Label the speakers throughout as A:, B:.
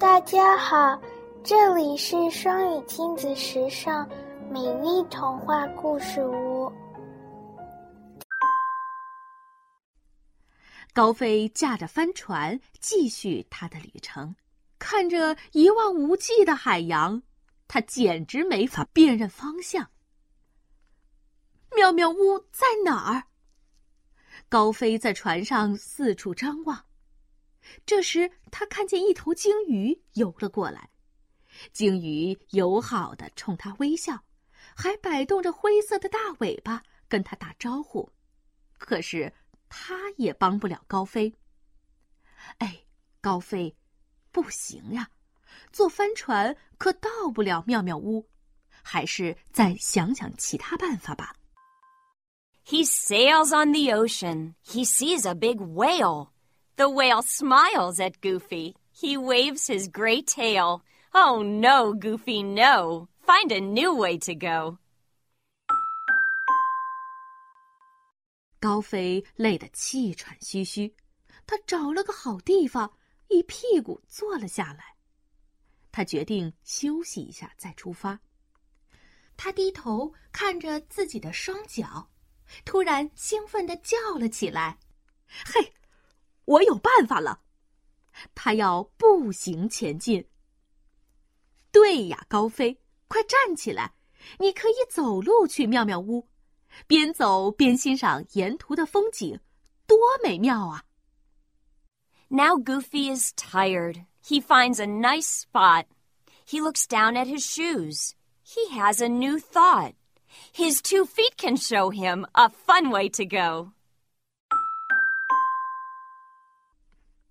A: 大家好，这里是双语亲子时尚美丽童话故事屋。
B: 高飞驾着帆船继续他的旅程，看着一望无际的海洋，他简直没法辨认方向。妙妙屋在哪儿？高飞在船上四处张望。这时，他看见一头鲸鱼游了过来，鲸鱼友好的冲他微笑，还摆动着灰色的大尾巴跟他打招呼。可是，他也帮不了高飞。哎，高飞，不行呀，坐帆船可到不了妙妙屋，还是再想想其他办法吧。
C: He sails on the ocean. He sees a big whale. The whale smiles at Goofy. He waves his gray tail. Oh no, Goofy, no! Find a new way to go.
B: 高飞累得气喘吁吁，他找了个好地方，一屁股坐了下来。他决定休息一下再出发。他低头看着自己的双脚，突然兴奋地叫了起来：“嘿，我有办法了！”他要步行前进。对呀，高飞，快站起来！你可以走路去妙妙屋。边走边欣赏沿途的风景，多美妙啊
C: ！Now Goofy is tired. He finds a nice spot. He looks down at his shoes. He has a new thought. His two feet can show him a fun way to go.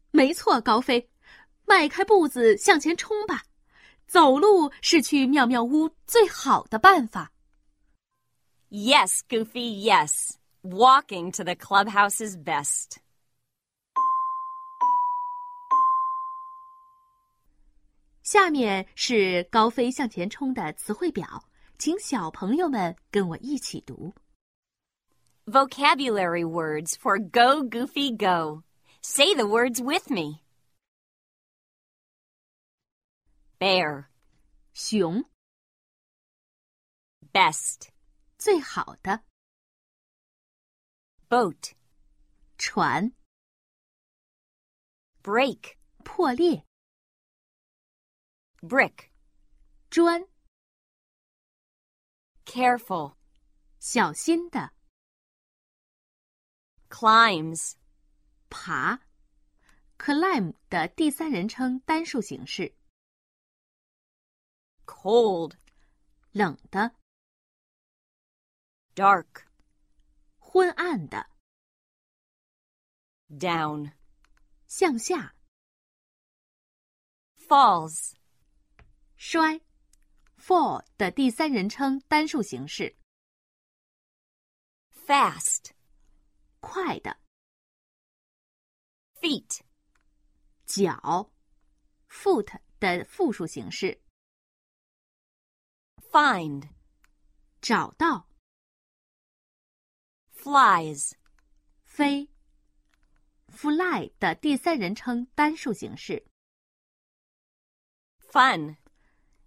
B: 没错，高飞，迈开步子向前冲吧！走路是去妙妙屋最好的办法。
C: Yes, Goofy, yes. Walking to the clubhouse is best.
B: 下面是高飞向前冲的词汇表，请小朋友们跟我一起读。
C: Vocabulary words for go, Goofy, go. Say the words with me. Bear,
B: 熊
C: best.
B: 最好的
C: boat,
B: 船
C: break,
B: 破裂
C: brick,
B: 砖，
C: careful,
B: 小心的
C: climbs,
B: 爬。climb 的第三人称单数形式，
C: cold,
B: 冷的、
C: dark,
B: 昏暗的、
C: down,
B: 向下
C: falls,
B: 摔。fall 的第三人称单数形式，
C: fast,
B: 快的
C: feet,
B: 脚，foot 的复数形式，
C: find,
B: 找到
C: flies,
B: 飞。fly 的第三人称单数形式，
C: fun,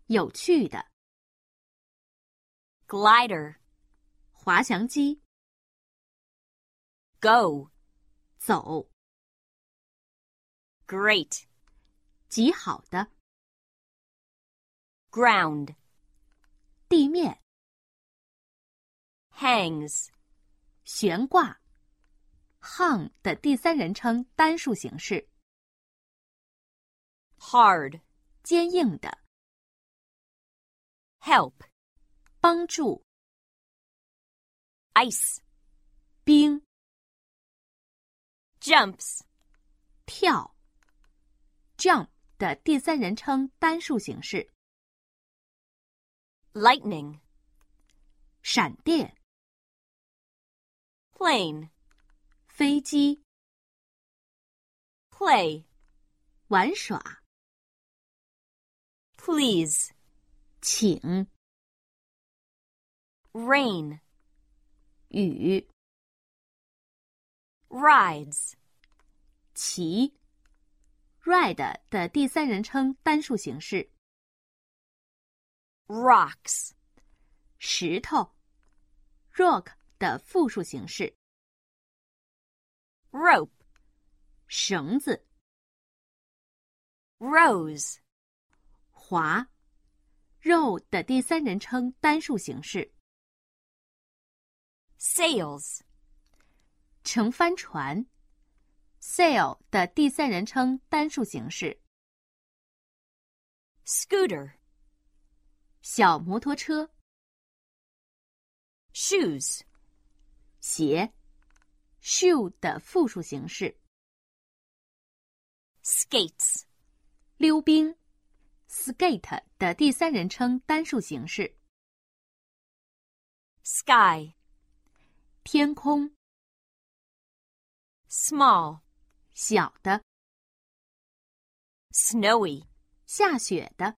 B: 有趣的
C: glider,
B: 滑翔机
C: go,
B: 走，
C: great,
B: 极好的
C: ground,
B: 地面
C: hangs,
B: 悬挂。hung 的第三人称单数形式，
C: hard,
B: 坚硬的
C: help,
B: 帮助
C: ice,
B: 冰
C: jumps,
B: 跳。jump 的第三人称单数形式，
C: lightning,
B: 闪电
C: plane,
B: 飞机
C: play,
B: 玩耍，
C: please,
B: 请
C: rain,
B: 雨
C: rides,
B: 骑 ride 的第三人称单数形式，
C: rocks,
B: 石头；rock 的复数形式，
C: rope,
B: 绳子；
C: rose,
B: 滑；row 的第三人称单数形式，
C: sails,
B: 乘帆船；sail 的第三人称单数形式，
C: scooter,
B: 小摩托车；
C: shoes,
B: 鞋；shoe 的复数形式，
C: skates,
B: 溜冰；skate 的第三人称单数形式，
C: sky,
B: 天空。
C: small,
B: 小的、
C: snowy,
B: 下雪的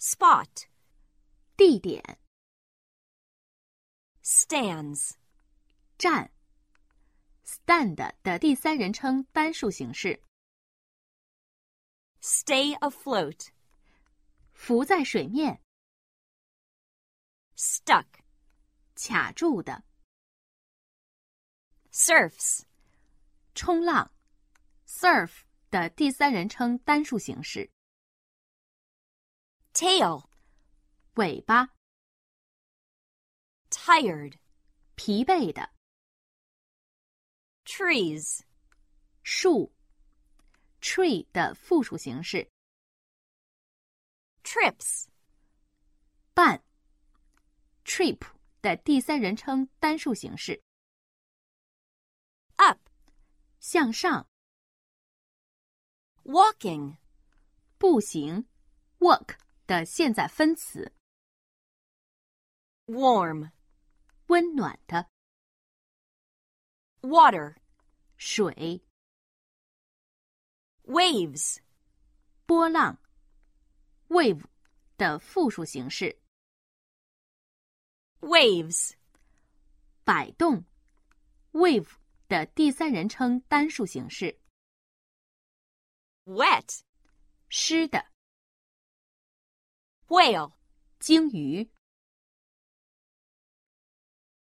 C: spot,
B: 地点、
C: stands,
B: 站。stand 的第三人称单数形式，
C: stay afloat,
B: 浮在水面、
C: stuck,
B: 卡住的、
C: surfs,
B: 冲浪。surf 的第三人称单数形式，
C: tail,
B: 尾巴、
C: tired,
B: 疲惫的、
C: trees,
B: 树。tree 的复数形式，
C: trips,
B: 伴。trip 的第三人称单数形式，
C: up,
B: 向上。
C: walking,
B: 步行，walk 的现在分词，
C: warm,
B: 温暖的
C: water,
B: 水、
C: waves,
B: 波浪，wave 的复数形式，
C: waves,
B: 摆动，wave 的第三人称单数形式，
C: wet,
B: 湿的
C: whale,
B: 鲸鱼